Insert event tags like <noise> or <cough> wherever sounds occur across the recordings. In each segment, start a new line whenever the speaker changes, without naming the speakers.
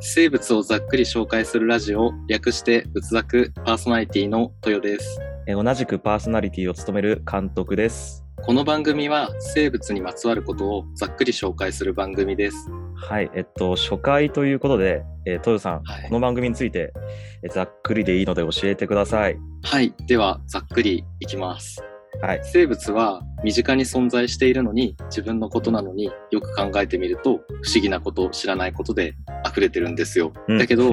生物をざっくり紹介するラジオ、略して仏作パーソナリティの豊です。
えー同じくパーソナリティを務める監督です。
この番組は生物にまつわることをざっくり紹介する番組です。
はい、えっと、初回ということで、えー、豊さん、
はい
この番組について、えーざっくりでいいので教えてください。
はい、ではざっくりいきます。
はい、
生物は身近に存在しているのに自分のことなのによく考えてみると不思議なこと知らないことで溢れてるんですよ、
うん
だけど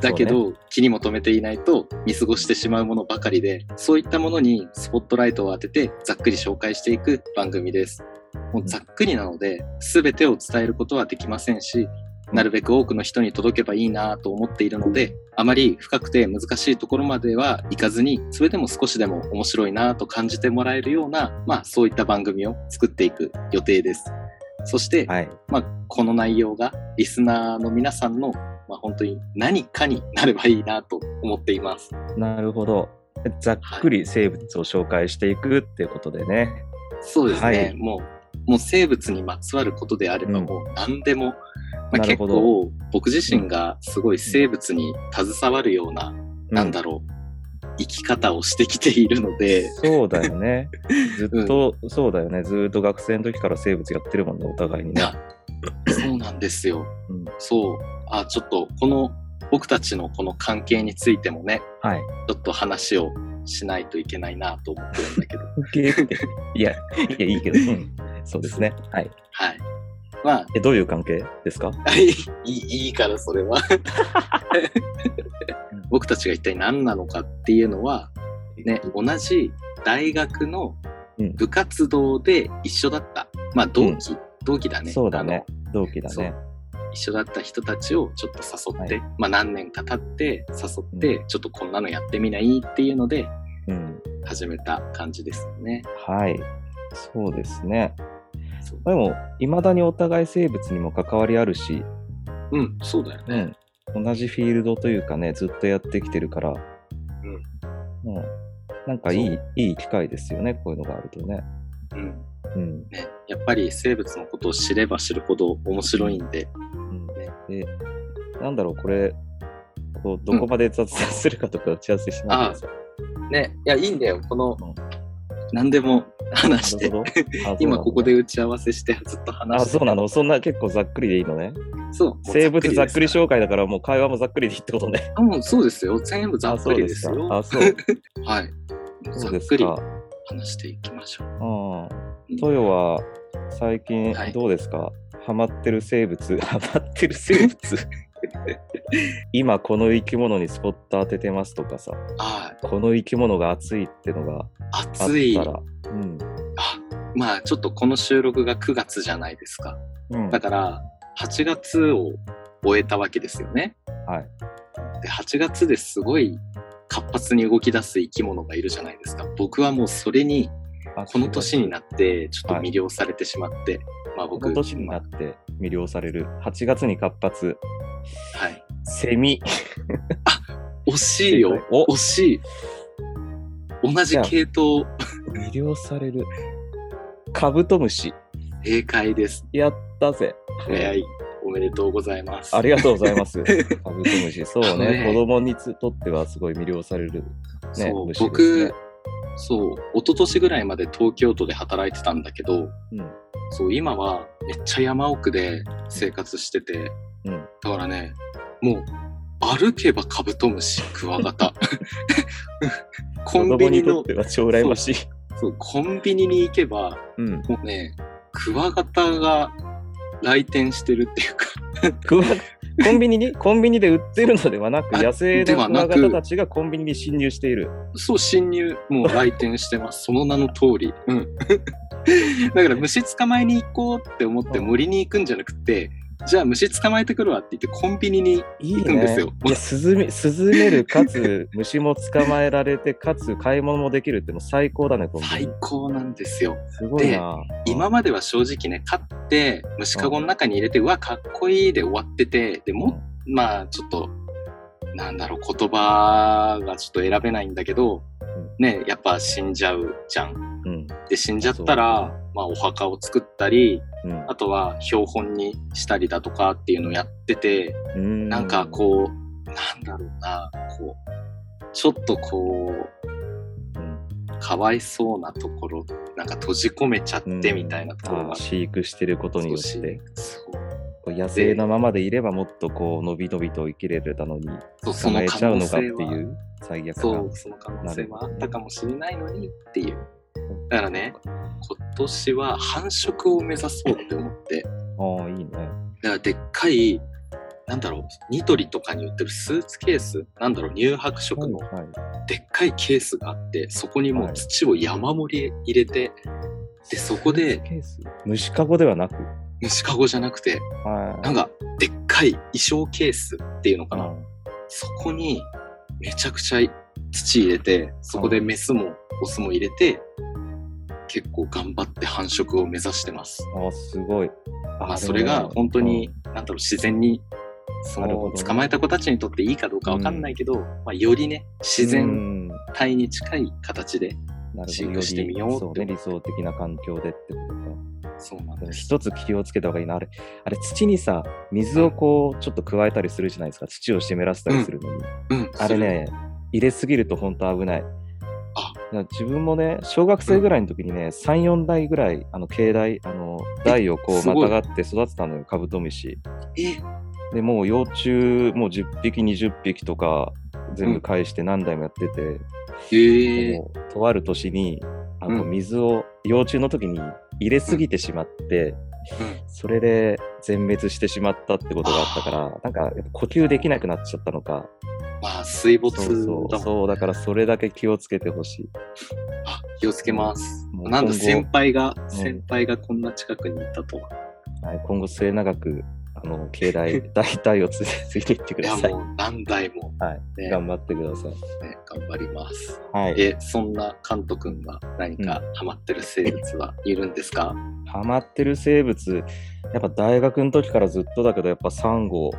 だけど、気にも留めていないと見過ごしてしまうものばかりでそういったものにスポットライトを当ててざっくり紹介していく番組ですもうざっくりなので全てを伝えることはできませんしなるべく多くの人に届けばいいなと思っているので、あまり深くて難しいところまではいかずに、それでも少しでも面白いなと感じてもらえるような、まあそういった番組を作っていく予定です。そして、
はい、
まあこの内容がリスナーの皆さんの、まあ本当に何かになればいいなと思っています。
なるほど。えざっくり生物を紹介していくっていうことでね。
そうですね、
はい
もうもう生物にまつわることであれば
うん
もう何でも、まあ、
な
結
るほど
構僕自身がすごい生物に携わるような、なんだろう生き方をしてきているので
<laughs> そうだよ
<laughs>
ね。ずっと、そうだよね。ずっと学生の時から生物やってるもんね、お互いにね。
あそうなんですよ
うん、
そうあちょっとこの僕たちのこの関係についてもね
はい。
ちょっと話をしないといけないなと思ってるんだけど
ゲーって。いや、いや、いいけど、うん。そうですね。はい。
はいまあ <laughs>
え、どういう関係ですか
いいいいからそれは僕たちが一体何なのかっていうのは、ね、同じ大学の
うん
部活動で一緒だった、まあ同期、同期だね
そうだね。同期だ
そ
ね
う。一緒だった人たちをちょっと誘って、
は
まあ何年か経って誘って、ちょっとこんなのやってみないっていうので
うん。
始めた感じですよね。
はい。そうですね。
そう
でも、いまだにお互い生物にも関わりあるし、
うん、そうだよね。
うん、同じフィールドというかね、ずっとやってきてるから、うん。なんかいい、いい機会ですよね、こういうのがあるとね。
うん
うん。
ね、やっぱり生物のことを知れば知るほど面白いんで、
うん、で、なんだろう、これ、こうどこまで雑談するかとか打ち合わせしないですよ。
ね、いや、いいんだよ。この
うん、
何でも話し
なる
て。
ほど。
<laughs>
あ
今ここ。で
そうなん
打
だ
ち合わせして、ずっと話
あ、
して。
そうなのそんな結構ざっくりでいいのね。
そう。
生物ざっくり
し
紹介だからもう会話もざっくりでいいってことね。
あ、もうそうですよ。全部ざっくりですよ。
あ、そうですか。
はい。
あ、そう。
ざ
そ
っ
うです
くり
か。
話していきましょう。
うん。
うん
トヨは最近
はい
どうですか、ハマってる生物 <laughs> ハマってる生
<laughs>
物今この生き物にスポット当ててますとかさ
あ
この生き物が熱いっての
あ、
があっ
暑い。
たらうん、
あまあちょっとこの収録が9月じゃないですか。
うん、
だから8月を終えたわけですよね。
はい
で8月ですごい活発に動き出す生き物がいるじゃないですか。僕はもうそれに
あ
この年になってちょっと
はい
魅了されてしまって、まあ
こ
僕
の年になって魅了される8月に活発
はい、<laughs>
セミ
惜しいよ
お
惜しい同じ系統
魅了されるカブトムシ
正解です
やったぜ
早いおめでとうございます
ありがとうござ
<laughs>
います。カブトムシ。そう
ね
ね。子供につとってはすごい魅了される。ね
そう、
虫ですね
僕そう一昨年ぐらいまで東京都で働いてたんだけど
うん。
そう今はめっちゃ山奥で生活してて
うん。
だからねもう歩けばカブトムシクワガタコン
<laughs> 子
ビ
供
ニ
にと
の
っては将来ましい。
そうコンビニに行けば
うん。
もうね、クワガタが来店してるっていうか、
クワコンビニに <laughs> コンビニで売ってるのではなく、
あ
野生
で
の
は
ク
な
ワ
く
ガタたちがコンビニに侵入している。
そう、侵入、もう来店して
<laughs>
ます。その名の通り。うん。 <laughs> だから虫捕まえに行こうって思って
うん
森に行くんじゃなくて、じゃあ虫捕まえてくるわって言ってコンビニに、
いい
行くんで
ね
すよ。
いや、スズメ、スズメる、かつ、虫も捕まえられて、かつ、買い物もできるって、もう最高だね、コンビ
最
ニ。
高なんですよ。
すごいな。
今までは正直ね、飼って虫かごの中に入れて、うわ、かっこいいで終わってて、でも、まあちょっとなんだろう言葉がちょっと選べないんだけど、
ん
ねやっぱ死んじゃうじゃん。
うん。
で死んじゃったらまあ、お墓を作ったり、
うん
あとは標本にしたりだとかっていうのをやってて、
うん
なんかこう、なんだろうな、こう、ちょっとこ
うん
う、かわいそうなところ、なんか閉じ込めちゃってみたいなところ
あ
が
ー飼育してることによって
そう
こう野生のままでいればもっとこうのびのびと生きれるたのに
そうそ
捕ま
の
えち
可
ゃう
能
のかって
性は
いう最悪な
そうその可能性はあったかもしれないのにっていうだからね今年は繁殖を目指そうって思って
ああいいね
だからでっかいなんだろうニトリとかに売ってるスーツケースなんだろう乳白色の
はいはい
でっかいケースがあってそこにもう土を山盛り入れてでそこで
ケース虫かごではなく
虫かごじゃなくて
はい
なんかでっかい衣装ケースっていうのかな、
うん
そこにめちゃくちゃ土入れて、そこでメスもオスも入れて、結構頑張って繁殖を目指してます。
ああすごいあ
まあ、
でも
それが本当に、なんだろう、自然に、そ
なるほ
の
どね
捕まえた子たちにとっていいかどうかわかんないけど、まあ、よりね、自
う
然
ん
体に近い形で、
なる
飼
ほど
育してみようって
よりそうね理想的な環境でってことか
そうなん
でも
です。
一つ気をつけた方がいいなあれあれ土にさ水をこうちょっと加えたりするじゃないですか土を湿らせたりするのに、
うん、
あれね、入れすぎると本当危ない。
あ
だから自分もね、小学生ぐらいの時にね、3、4台ぐらい、あの、境内、あの、台をこう、
すご
ま
い
たがって育てたのよ、カブトムシ。
それ。え、
で、もう幼虫、もう10匹、20匹とか、全部返して何台もやってて、
えー、
もうとある年に、あの、
うん
水を、幼虫の時に入れすぎてしまって、それで全滅してしまったってことがあったから、なんか、やっぱ呼吸できなくなっちゃったのか、
まあ、水没だ
そ
も
うんそう、そう、だからそれだけ気をつけてほしい。
あ気をつけます。
もう
なんだ、
今後
先輩が、
ん
先輩がこんな近くにいたとは。
はい、今後末永く、あの、境
<laughs>
内、大体をつついていってく
い
だ
や、
さい。
もう何台も、
はい、
ね、
頑張ってください。
ね、頑張ります。
はい。
え、そんなカント君が何かハマってる生物はいるんですか、
ハマってる生物、やっぱ大学の時からずっとだけど、やっぱサンゴ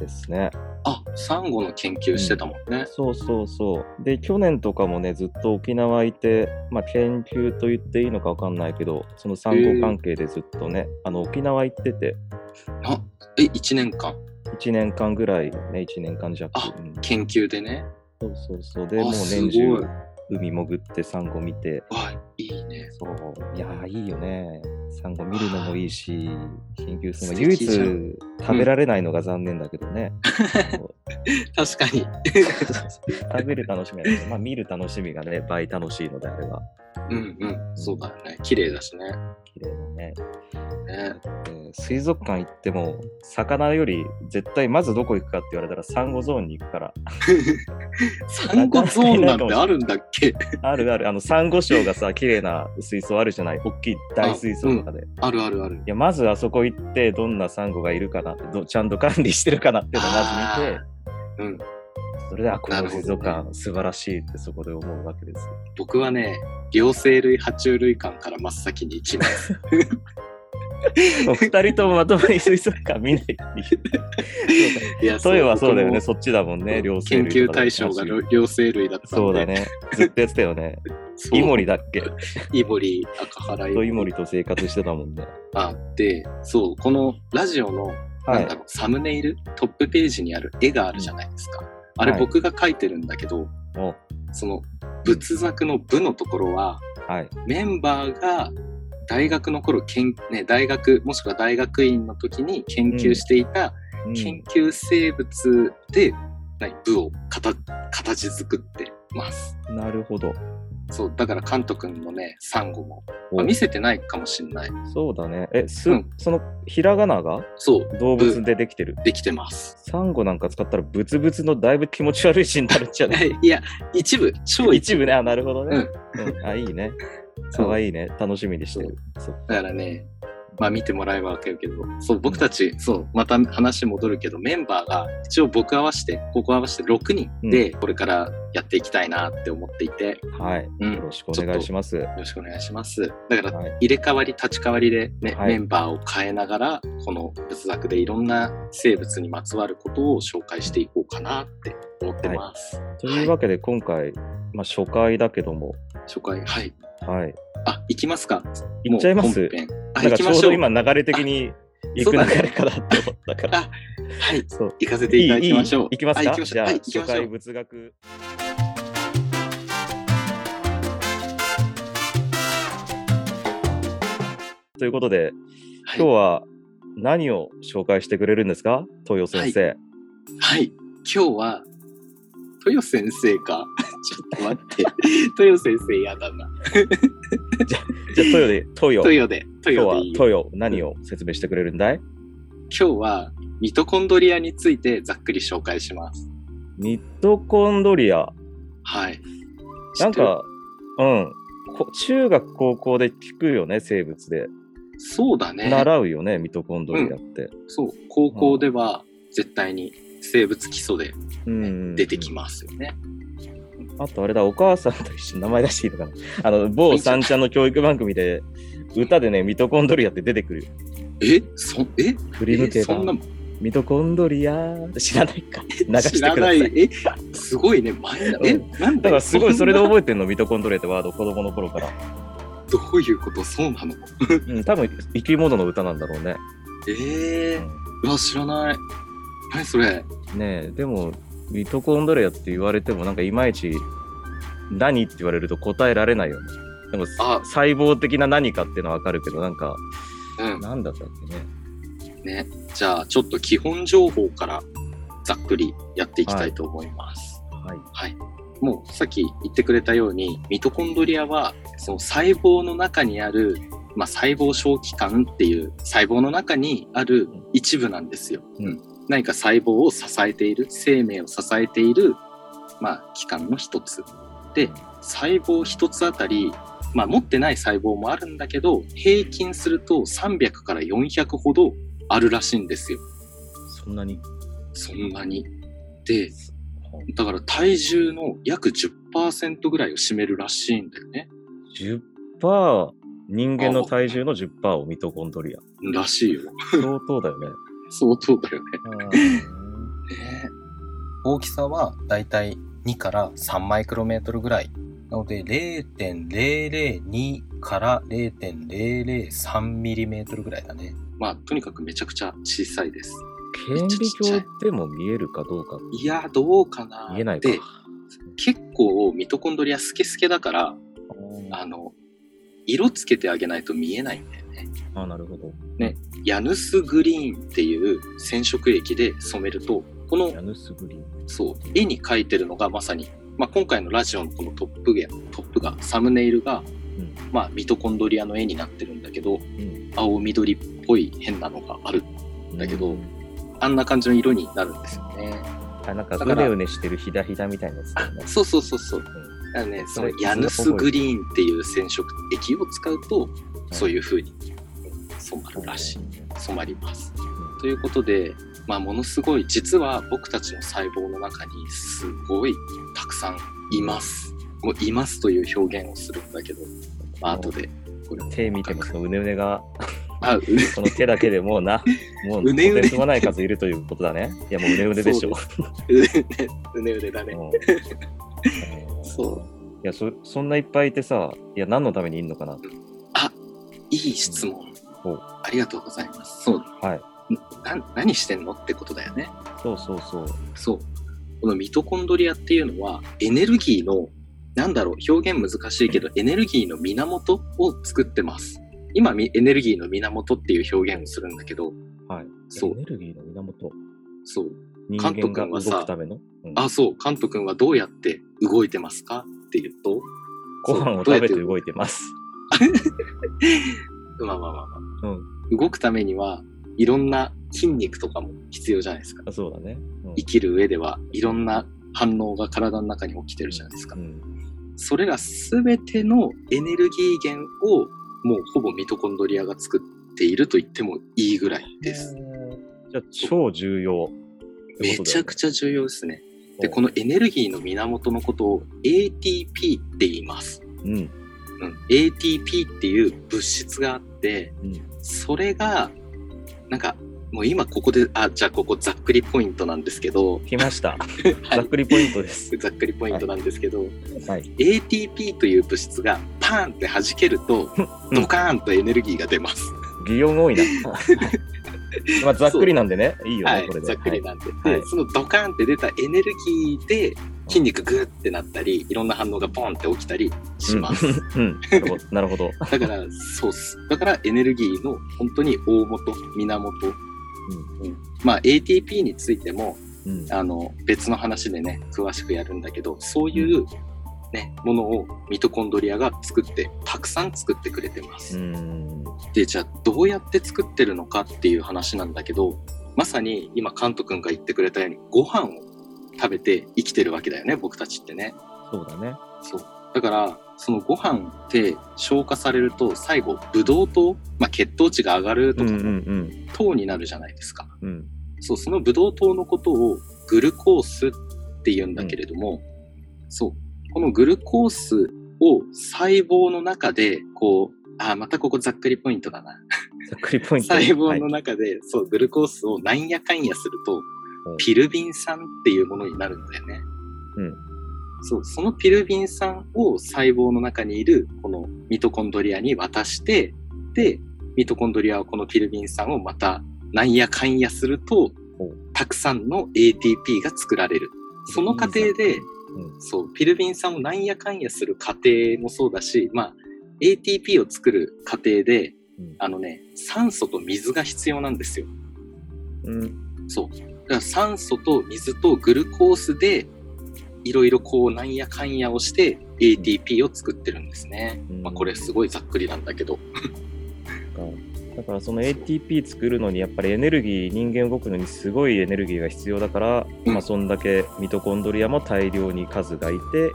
ですね。
あ、サンゴの研究してたもんね。
そうそうそう。で、去年とかもね、ずっと沖縄いて、まあ、研究と言っていいのかわかんないけど、そのサンゴ関係でずっとね、あの、沖縄行ってて、
あ、え、1年間
1年間ぐらい、ね、1年間弱。
あ
うん
研究でね。
そうそうそう。
あ
で、もう
すご
年
い
中、海潜ってサンゴ見て、
わ、いいね。
そう、いやー、いいよね。サンゴ見るのもいいし、研究する
素
のも唯
敵
一
じゃん
食べられないのが残念だけどね。
<laughs>
こ
確かに。
う食べる楽しみはないけどまあ見る楽しみがね、倍楽しいのであれば、
うんうん。そうだよね。綺麗だしね。
綺麗だね。
ね
えー水族館行っても、魚より絶対まずどこ行くかって言われたらサンゴゾーンに行くから、
サンゴゾーンなんてあるんだっけ
あるある、あの、サンゴ礁がさ、綺麗な水槽あるじゃない、大きい大水槽とかで。
あるあるある。
いや、まずあそこ行って、どんなサンゴがいるかなって、どちゃんと管理してるかなっていうのをまず
う
見て、
ん。
それで、あ、こ
な
の
るほどね
水族館、素晴らしいってそこで思うわけですよ。
僕はね、両生類、爬虫類館から真っ先に行きます。
もう二人ともまともに水族館見ないっ
<laughs>
て <laughs> いう。
いや
そういえばそうだよね、
僕も
そっちだもんね、両
研
生類
究
とかだ
対
ね
象が両生類だったんで。
そうだね。ずっとやってたよね。
<laughs> そう。
イモリだっけずっ
イボリ、赤原イボ
と
リ
イモリと生活してたもんね。
あって、そう、このラジオの、
は
なん
い
だ。ろう、サムネイル、トップページにある絵があるじゃないですか。あれ
はい
僕が描いてるんだけど、
お
その仏作の部のところは、
はい。
メンバーが大学の頃けん、ね、大学、もしくは大学院の時に研究していた
うん
研究生物で、何部を形形作ってます。
なるほど。
そう、だから、カント君のね、サンゴも、
お
まあ見せてないかもしれない。
そうだね。え、す
うん
そのひらがなが
そう、
動物でできてる。
できてます。
サンゴなんか使ったらブツブツのだいぶ気持ち悪いシーンになるんじゃない
いや、一部、超一
一部ね、あ、なるほど
部。う
ね
ん。。
うん、あ、いいね。
そう
かわいいね。楽しみにしてる。そう
だからね、まあ見てもらえばわかるけど、そう、僕たち、そう、また話戻るけど、メンバーが一応僕合わせて、ここ合わせて6人で、これからやっていきたいなって思っていて、
はい。
うん、
よ
よ
ろしくお願いします。は
ろしくお願いします。だから、
い。
入れ替わり立ち替わりで、ね
はい
メンバーを変えながらこの仏作でいろんな生物にまつわることを紹介していこうかなって思ってます。
というわけで、今回、まあ、初回だけども、
初回。はい。
はい。
あ、行きますか。
行っちゃいます
もう本編あ、
な
行
んか
き
ち
ま
ょう
しょ
ど
う。
今流れ的に行く
あそうだね
流れかなって思ったから。
はい。
そう。
行かせていただきましょう。
いいいきます
はい、
か
行きまし
じ
ょう。
ゃあ、
はい、行き
初
ましょ
回
う。
仏学。ということで、
はい
今日は何を紹介してくれるんですか東洋先生。
はい。今日は、豊先生
<laughs>
か。ちょっと待って。豊先生やだな。
じゃあ、東洋で、東洋。
豊で、
今日
豊
は
でいいよ
東洋、何を説明してくれるんだい
今日は、ミトコンドリアについてざっくり紹介します。
ミトコンドリア。
はい。
な
知っ
ん
て
か、うん。こ中学、高校で聞くよね、生物で。
る、そうだね。
習うよね、ミトコンドリアって。
そう、高校では絶対に生物基礎で
うん
出てき
ま
ますよね。
す。あとあれだ、お母さんと一緒に名前出していいのかな。あの、某三ちゃんの教育番組で、歌でね、ミトコンドリアって出てくるよ。
え、そ、え、
振り向け
えそんな
ば、ミトコンドリア知らないか。流して
知
くだ
ら
さ。
ないい。え、すごいね、マイナえ、
うん
なんだ
だか
よ
らすごい、
んな
それで覚えてんの、ミトコンドリアってワード、子供の頃から。
どういうこと、そうなの。
うん、多分生き物の歌なんだろうね。
えー、うわ、知らない。何それ。
ねえでもミトコンドリアって言われてもなんかいまいち何って言われると答えられないよね。でも
あ
細胞的な何かっていうのはわかるけどなんか
う
何だったっけ
ん、
ね。
ね。じゃあ、ちょっと基本情報からざっくりやっていきたいと思います。
はい。
はい。もうさっき言ってくれたように、ミトコンドリアは、その細胞の中にある、まあ、細胞小器官っていう細胞の中にある一部なんですよ。
うん
何か細胞を支えている、生命を支えている、まあ、器官の一つ。で、細胞一つあたり、まあ、持ってない細胞もあるんだけど、平均すると300から400ほどあるらしいんですよ。
そんなに。
そんなに。で、だから体重の約10%ぐらいを占めるらしいんだよね。
10%人間の体重の10%をミトコンドリア。
らしいよ。
相当だよね。
相当だよね。
うん
大きさはだいたい2から3マイクロメートルぐらい。なので0.002から0.003ミリメートルぐらいだね。まあ、とにかくめちゃくちゃ小さいです。
顕微鏡でも見えるかどうか
いや、どうかな。
見えないか。
で、結構ミトコンドリアスケスケだから、あの、色つけてあげないと見えないんだよね。
あ、なるほど。
ヤヌスグリーンっていう染色液で染めるとこの
ヤヌスグリーン。
そう絵に描いてるのがまさに、まあ、今回のラジオのこのトップゲトップがサムネイルが、
ん
まあ、ミトコンドリアの絵になってるんだけど
うん
青緑っぽい変なのがあるだけどあんな感じの色になるんですよね。
あなんか
だ
う
から
ねうねしてるひだひだみたいなやつだ
あ
よね。
そうそうそうそう。
う
だからね、そ
は
の
い
ヤヌスグリーンっていう染色液を使うと、そういう風に染まるらしい。染まります。ということで、まあ、ものすごい実は僕たちの細胞の中にすごいたくさんいます。もういますという表現をするんだけど、まあ後でこれ
ん手見てもそのうねうねが、
あうね
その手だけでもう
<laughs>
な、もう
う
と
ねうね
てつもない数いるということだね。いやもううねうねでしょ。
うねうねうねだね。
うん
そう。
いやそ、そんないっぱいいてさ、いや、何のためにいんのかなって。
あいい質問
うんお。
ありがとうございます。そう。
はい。
な何してんのってことだよね。
そうそうそう。
そう。このミトコンドリアっていうのはエネルギーのなんだろう表現難しいけどエネルギーの源を作ってます。今みエネルギーの源っていう表現をするんだけど、
はい。
そう
エネルギーの源。
そう。
人
カント
間
君
が
はさ
動くための。うん
あ、そう。カント君はどうやって動いてますかっていうと、
ご飯を
そうどう
食
やって
べて動いてます。
まあまあまあまあ、
うん。
動くためにはいろんな筋肉とかも必要じゃないですか。
あそうだね。うん
生きる上ではいろんな反応が体の中に起きてるじゃないですか
う。ん
それら全てのエネルギー源をもうほぼミトコンドリアが作っていると言ってもいいぐらいです。
じゃあ、超重要。
めちゃく
ち
ちゃ重要ですね。
ゃ
で、このエネルギーの源のことを ATP って言います。
うん。
うん、ATP っていう物質があって、
うん
それがなんかもう今ここで、あ、じゃあここざっくりポイントなんですけど、
来ました。
<laughs> は
ざっ
い
くりポイン
<laughs>
トです。
ざっくりポイントなんですけど、
はい。
ATP という物質がパーンって弾けると、
うん
ドカーンとエネルギーが出ます。
擬音多
<laughs>
いな。まあ、ざっくりなんでね、いいよ
は
ね、
い
これ、で。
ざっくりなんで、
い
でそのドカーンって出たエネルギーで筋肉グーってなったりいろんな反応がポンって起きたりします、
うん、なるほどなるほど。
だからそうっすだからエネルギーの本当に大元源、うんまあ ATP についても
う
<laughs>
ん
あの別の話でね詳しくやるんだけどそういう、ね、ものをミトコンドリアが作ってたくさん作ってくれてます、
うん。
でじゃあどうやって作ってるのかっていう話なんだけどまさに今カント君が言ってくれたようにご飯を食べて生きてるわけだよね僕たちってね
そうだね。
そうだからそのご飯って消化されると最後ブドウ糖、まあ、血糖値が上がる
う
と
ん
か
うん
糖になるじゃないですか、
うん。うん。
そうそのブドウ糖のことをグルコースって言うんだけれども、そうこのグルコースを細胞の中でこうあーまたここざっくりポイントだな
ざっくりポイント。
細胞の
はい
中で、そうグルコースをなんやかんやすると
うん
ピルビン酸っていうものになるんだよね。
うん
そうそのピルビン酸を細胞の中にいるこのミトコンドリアに渡してでミトコンドリアはこのピルビン酸をまたなんやかんやすると
お
たくさんの ATP が作られる。その過程で
うん
そうピルビン酸をなんやかんやする過程もそうだし、まあ、ATP を作る過程で
うん
あのね酸素と水が必要なんですよ。
うん。
そうだから酸素と水とグルコースでいろいろこうなんやかんやをして ATP を作ってるんですね。
うん
まあ、これすごいざっくりなんだけど
だからその ATP 作るのにやっぱりエネルギー人間動くのにすごいエネルギーが必要だから、
うん
まあそんだけミトコンドリアも大量に数がいて、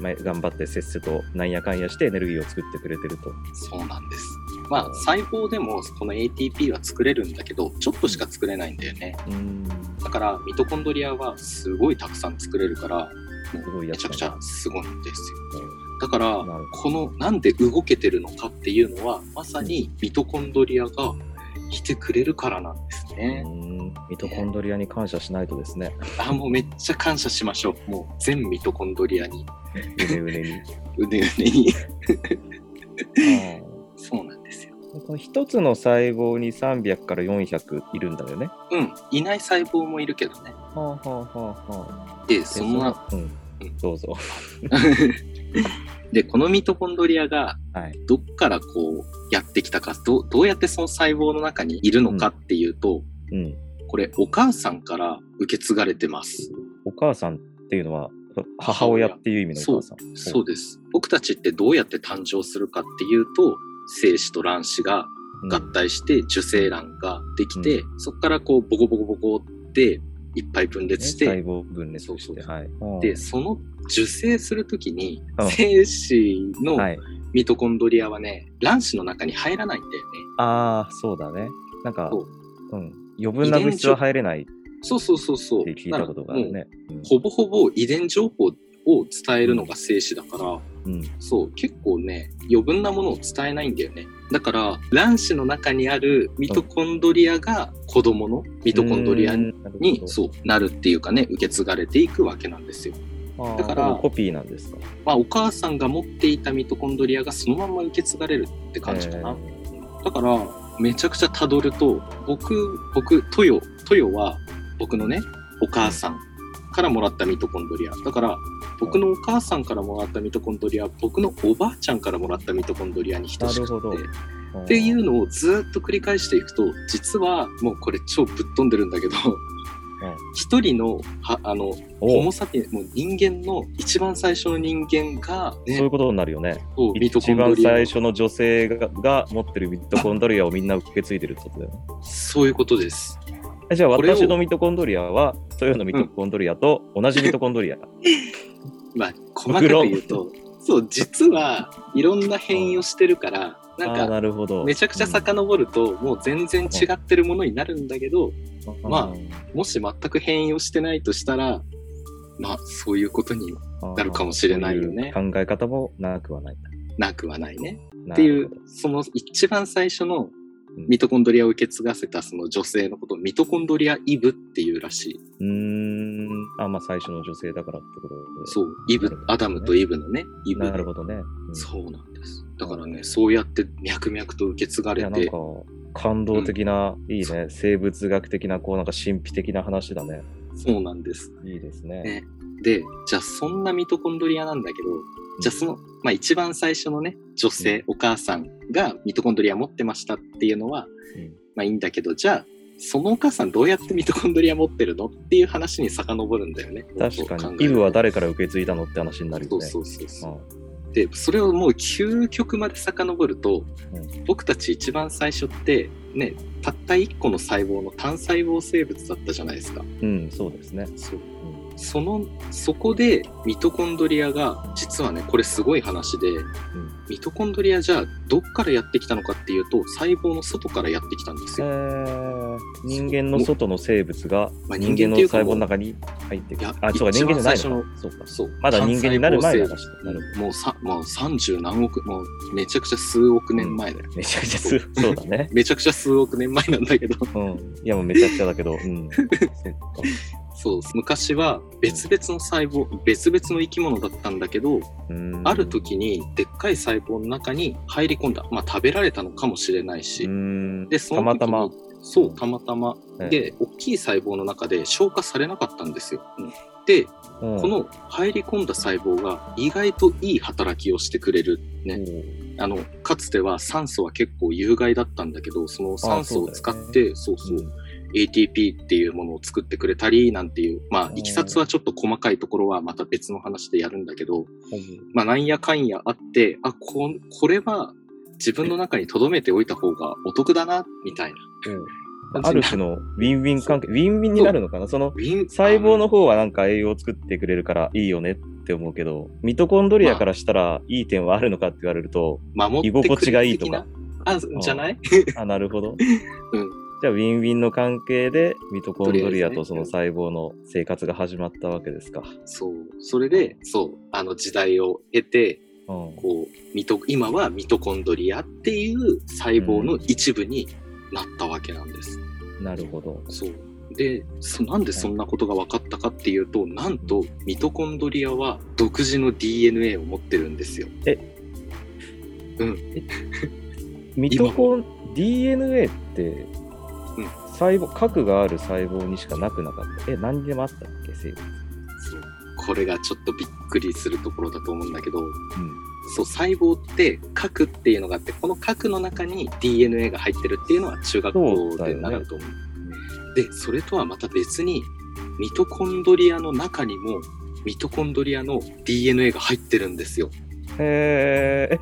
まあ、頑張ってせっせとなんやかんやしてエネルギーを作ってくれてると。
そうなんです。まあ細胞でもこの ATP は作れるんだけどちょっとしか作れないんだよね。
うん
だからミトコンドリアはすごいたくさん作れるから
すごいや
め
つ
ちゃ
だ
く
な
ちゃすごいんですよ。だから
なる
このなんで動けてるのかっていうのはまさにミトコンドリアがいてくれるからなんですね。
うんミトコンドリアに感謝しないとですね、
あもうめっちゃ感謝しましょう。もう全ミトコンドリアに
うねうねに。
うねうねに。
<laughs> はい
そうなんですよ。
この一つの細胞に300から400いるんだよね。
うんいない細胞もいるけどね。
はあはあはあはあ。
で
で
その後
う、
うんん
どうぞ。
でこのミトコンドリアが
はい
どっからこうやってきたかどどうやってその細胞の中にいるのかっていうと、
うん。
これお母さんから受け継がれてます。
お母さんっていうのは母親っていう意味のお母さん。
そうです僕たちってどうやって誕生するかっていうと精子と卵子が
うん
合体して受精卵ができて、そこからこうボコボコボコっていっぱい分
ね
裂して、
細胞分裂
そ
し
う
て。
そう
はい。
でその受精する時に
うん
精子
うん
の
はい。
ミトコンドリアはね卵子の中に入らないんだよね。
ああ、そうだね。なんか、
そう
うん。余分な物質は入れないっ
そうそうそうそう。
て聞いたことがあ
な
る
のでも
ね。うん
うほぼほぼ遺伝情報を伝えるのが精子だから、
うん。
そう、結構ね、余分なものを伝えないんだよね。だから、卵子の中にあるミトコンドリアが子供のミトコンドリアに、
に
そうなるっていうかね、受け継がれていくわけなんですよ。
だ
だ
か
からら
コピーなんですか。
まあ、お母さんが持っていたミトコンドリアがそのまんま受け継がれるって感じかな。
え
だから、めちゃくちゃたどると、僕、僕、トヨ、トヨは僕のね、お母さんからもらったミトコンドリア。だから、僕のお母さんからもらったミトコンドリア、僕のおばあちゃんからもらったミトコンドリアに等しく
なるほ
っ
ど
て。
ー
っていうのをずっと繰り返していくと実はもうこれ超ぶっ飛んでるんだけど一人のはあのホ
お
モ・サピエンもう人間の一番最初の人間が、
そう
ね
いうことになるよね。
そうミトコ
一
ンド
番
リア
最初の女性がが持ってるミトコンドリアをみんな受け継いでるってことだよね。
そういうことです
えじゃあ
これを
私のミトコンドリアは、トヨのミトコンドリアと同じミトコンドリア。
まあ細かく言うとそう実はいろんな変異をしてるから
あ
な
ー
んか
なるほど。
めちゃくちゃ遡ると、もう全然違ってるものになるんだけど、
うん
まもし全く変異をしてないとしたらまあそういうことに
あー
なるかもしれないよね
そういう考え方もなくはないんだ。
なくはないね
っ
っていうその一番最初の
うん
ミトコンドリアを受け継がせたその女性のことをミトコンドリアイブっていうらしい。
うーん。あ、まあ最初の女性だからってことで。
そう、イブ、アダムとイブのね、イブ。
なるほどね。うん
そうなんです。だからね、そうやって脈々と受け継が
い
れ
や、なん
て
か、、感動的な、いいね。生物学的な、こう、なんか神秘的な話だね。
そうなんです。
いいですね。
ねで、じゃあそんなミトコンドリアなんだけど、じゃあその、まあ一番最初のね、女性、お母さんがミトコンドリア持ってましたっていうのは、
うん
まあいいんだけど、じゃあ、そのお母さんどうやってミトコンドリア持ってるのっていう話に遡るんだよね。
確
こ
か
う考
に、
え
イ
る
ブ
と
は誰から受け継いだのって話になる
そ
よ
う
ね。
そうそうそう。
うん
でそれをもう究極まで遡ると、
うん
僕たち一番最初ってねたった1個の細胞の単細胞生物だったじゃないですか
うん、そうですね。
そう
う
そのそこでミトコンドリアが実はねこれすごい話で
ん
ミトコンドリアじゃあどっからやってきたのかっていうと細胞の外からやってきたんです
え
よ、
ー人間の外の生物が
まあ
人間の
っていうか
細胞の中に入ってく
い
る
や。
あ、そうか、人間じゃない
一
の
番
か。そうか。
そう
まだ人間になる前の
単細
話
胞
なる
生物もうさもう30何億もうめちゃくちゃ数億年前だよ、
めちゃくちゃす、そうだね。
めちゃくちゃ数億年前なん
<laughs>
だけど
うん。いや、もうめちゃくちゃだけど、
<laughs>
うん。そっか。
そう昔は別々の細胞別々の生き物だったんだけど
うん
ある時にでっかい細胞の中に入り込んだまあ食べられたのかもしれないし、
うん
でそ
た
の
ま
時に
たま。
そうたまたま、
ええ
で大きい細胞の中で消化されなかったんですよ、で
うん
この入り込んだ細胞が意外といい働きをしてくれるねあのかつては酸素は結構有害だったんだけどその酸素を使ってそうそう、ATP っていうものを作ってくれたりなんていう、まあ、いきさつはちょっと細かいところはまた別の話でやるんだけど、まあ、なんやかんやあって、あ、こんこれは自分の中に留めておいた方がお得だな、みたいな
あ
感
る
じ
種
にな。
のウィンウィン関係、ウィンウィンになるのかなその
ウィン
細胞
あ
の方はなんか栄養を作ってくれるからいいよねって思うけど、ミトコンドリアからしたらいい点はあるのかって言われると、
守
居
って
心
く
地が
れ
いい
る
と
的
か
な。。あ、じゃない
あ、なるほど。
うん
じゃあ、ウィンウィンの関係で、ミトコンドリアとそ
とりあえずね
の細胞の生活が始まったわけですか。
そう。それで、そう、あの時代を経て、
うん。
こう、ミト今はミトコンドリアっていう細胞の一部になったわけなんです。
なるほど。
そうでそなんでそんなことが分かったかっていうとなんとミトコンドリアは独自の DNA を持ってるんですよ。
ミトコン、DNA って
うん、
細胞、核がある細胞にしかなくなかった。え、何にでもあったっけ生物。
そうこれがちょっとびっくりするところだと思うんだけど
うん。
そう細胞って核っていうのがあってこの核の中に DNA が入ってるっていうのは中学
そ
校
うだ
で
よね
習うと思う。でそれとはまた別にミトコンドリアの中にもミトコンドリアの DNA が入ってるんですよ。
へーえ、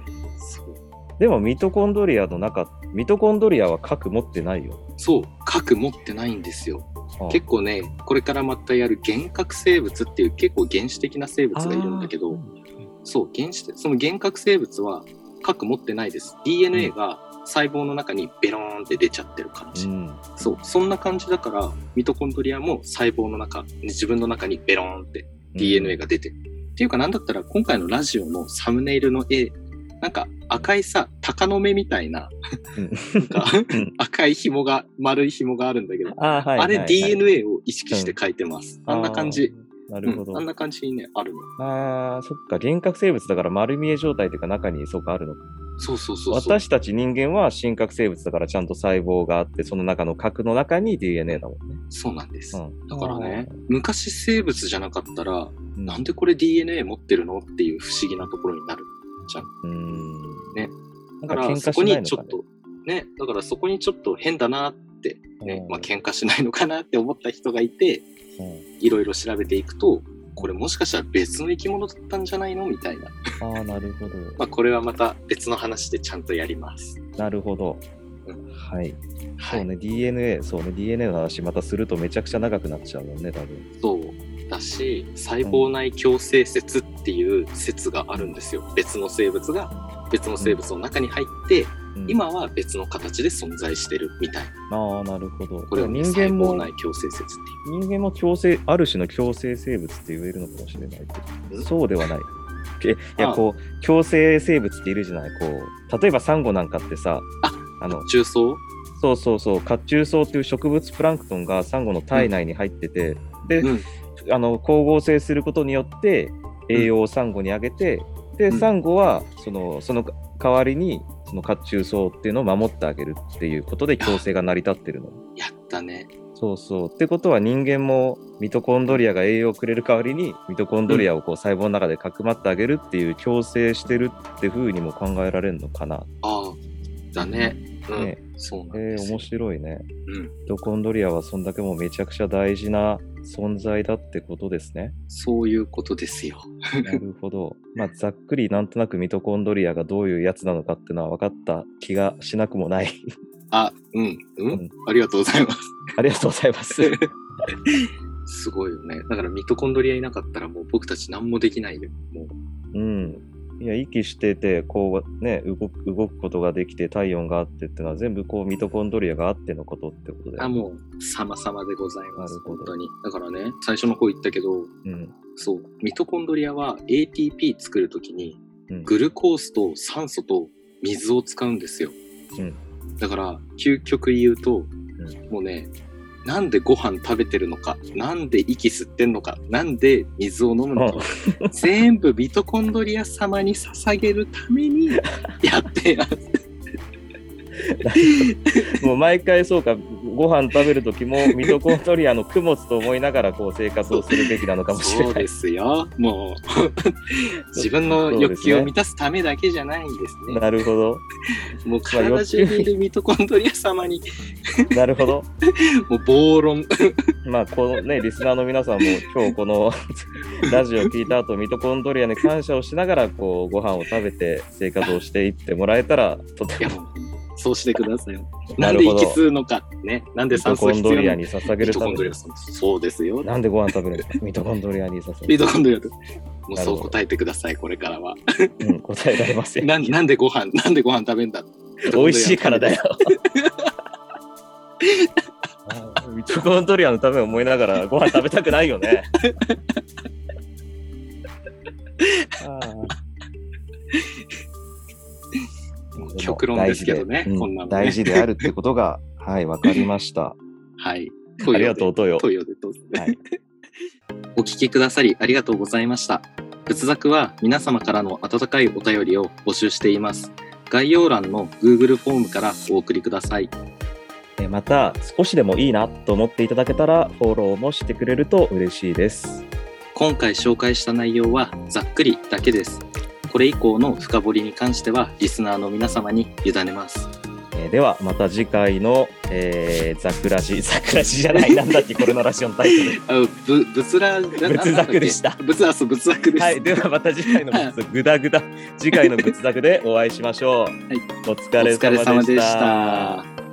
そう
でもミトコンドリアの中、ミトコンドリアは核持ってないよ。
そう核持ってないんですよ。
あ
結構ねこれからまたやる原核生物っていう結構原始的な生物がいるんだけ
あ
ど
ー
そう原始その原核生物は核持ってないです DNA が細胞の中にベローンって出ちゃってる感じ、
うん。
そうそんな感じだからミトコンドリアも細胞の中自分の中にベローンって DNA が出てる、っていうかなんだったら今回のラジオのサムネイルの絵なんか赤いさ鷹の目みたいな
うん。
なんか
うん
赤い紐が丸い紐があるんだけど
あー、はい、
あ
はい
れ
はい
DNA を意識して書いてます。あんな感じ。。
あーな
う
るほど。
ん、あんな感じにね、あるの。
ああ、そっか、幻覚生物だから丸見え状態というか中にそうかあるのか。
そうそうそうそう。
私たち人間は真核生物だからちゃんと細胞があって、その中の核の中に DNA だもんね。
そうなんです。
うん、
だからね、昔生物じゃなかったら、
う
なんでこれ DNA 持ってるのっていう不思議なところになるじゃん。
うーん。
ね。
だ
だからそこにちょっと、ね、だからそこにちょっと変だなって、ね、まあ喧嘩しないのかなって思った人がいて、いろいろ調べていくと、これもしかしたら別の生き物だったんじゃないのみたいな。
ああ、なるほど。
まあこれはまた別の話でちゃんとやります。
なるほど
う。
はい。
は
そう
い。
ね、DNA、そうね、DNA の話またするとめちゃくちゃ長くなっちゃうもんね、多分。
そうだし細胞内共生説っていう説があるんですよ別の生物が別の生物の中に入って、
うん、
今は別の形で存在してるみたいな
ああ、なるほど。
これを、ね、
人間も
細胞、内共生説っていう
人間も共生、ある種の共生生物って言えるのかもしれないけど、
ん
そうではない。えいや、
ああ
こう、共生生物っているじゃないこう、例えばサンゴなんかってさ、
あ
あの、
重曹
そうそうそう、褐虫藻という植物プランクトンがサンゴの体内に入ってて、で、
うん
あの光合成することによって栄養をサンゴにあげて、で
うん
サンゴはそのその代わりにその褐虫藻っていうのを守ってあげるっていうことで共生が成り立ってるの。
やったね。
そうそうってことは人間もミトコンドリアが栄養をくれる代わりにミトコンドリアをこう細胞の中でかくまってあげるっていう共生してるって風にも考えられるのかな、
ああ、だね。うん。
ね
そうなん
え
です
ー、
よ
面白いね
うん。
ミトコンドリアはそんだけもうめちゃくちゃ大事な存在だってことです
<laughs>
ね
そういうことですよ。
なるほど。まあ、ざっくりなんとなくミトコンドリアがどういうやつなのかっていうのは分かった気がしなくもない。 <laughs>
あ、うん、うん、
うん
ありがとうござい
<laughs>
ます。
ありがとうございます。
すごいよね。だからミトコンドリアいなかったらもう僕たち何もできないよ。も
うん。いや、息してて、こうね、動く動くことができて、体温があってっていうのは全部こうミトコンドリアがあってのことってこと
う、
だ
あ、
よね。
もう、様々でございま
な
す。
るほど
本当に。だからね、最初の方言ったけど、
うん。
そう、ミトコンドリアは ATP 作るときに、
うん
グルコースと酸素と水を使うんですよ。
うん
だから、究極言うと、もうね、なんでご飯食べてるのか、なんで息吸ってんのか、なんで水を飲むのか、全部ミトコンドリア様に捧げるため
<laughs>
にやってます。
もう毎回そうか、ご飯食べるときもミトコンドリアの供物と思いながらこう生活をするべきなのかもしれ
そう
ない
で。すよ。も
<laughs>
う、自分の欲求を満たすためだけじゃないんですね。
なるほど。
もう
まあ欲
体中にいるミトコンドリア様に、
なるほど。
もう暴論。
まあこのね、リスナーの皆さんも今日
<laughs>
このラジオを聞いた後ミトコンドリアに感謝をしながらこうご飯を食べて生活をしていってもらえたらと
い
て
や
も
もうそうしてください。な
なんる
で
ほど
息吸うのか、ね、なんで
ミ
酸
ト
素
コン
必
ドリ
要なの
アに捧げ
ミ
る
ト
た
コ
め
ンドリア
に
さんそうですよ。
なんでご飯食べるのかミトコンドリアに捧げ
ミ
る、
トコンドリアと。もう
なる
そ
ほど
う答えてください、これからは。
うん、答えられますよ
なんなんでご飯、なんでご飯食べんだ
美味しいか
<laughs>
らだ。よミトコンドリアのためを思いながらご飯食べたくないよねあー
極論ですけどね
大事で
こんなのね
大事であるってことがはいわかりま
<laughs>
した
はい。
あ
トイ
り
レ
がとうトヨ
トヨでどうぞ
はい、
お聞きくださりありがとうございました。仏作は皆様からの温かいお便りを募集しています。概要欄の Google フォームからお送りください。
えまた少しでもいいなと思っていただけたらフォローもしてくれると嬉しいです
今回紹介した内容はざっくりだけです。これ以降の深掘りに関してはリスナーの皆様に委ねます。
えーではまた次回の、えー、ザクラジ <laughs> ザクラジじゃないなんだっけこれのラジオのタイトル
あ、ぶ、仏ら、
仏作でした
仏ら、そう、仏作です。
はいではまた次回の仏グダグダ次回の仏作でお会いしましょう、
い
お疲れ様でした
お疲れ様でした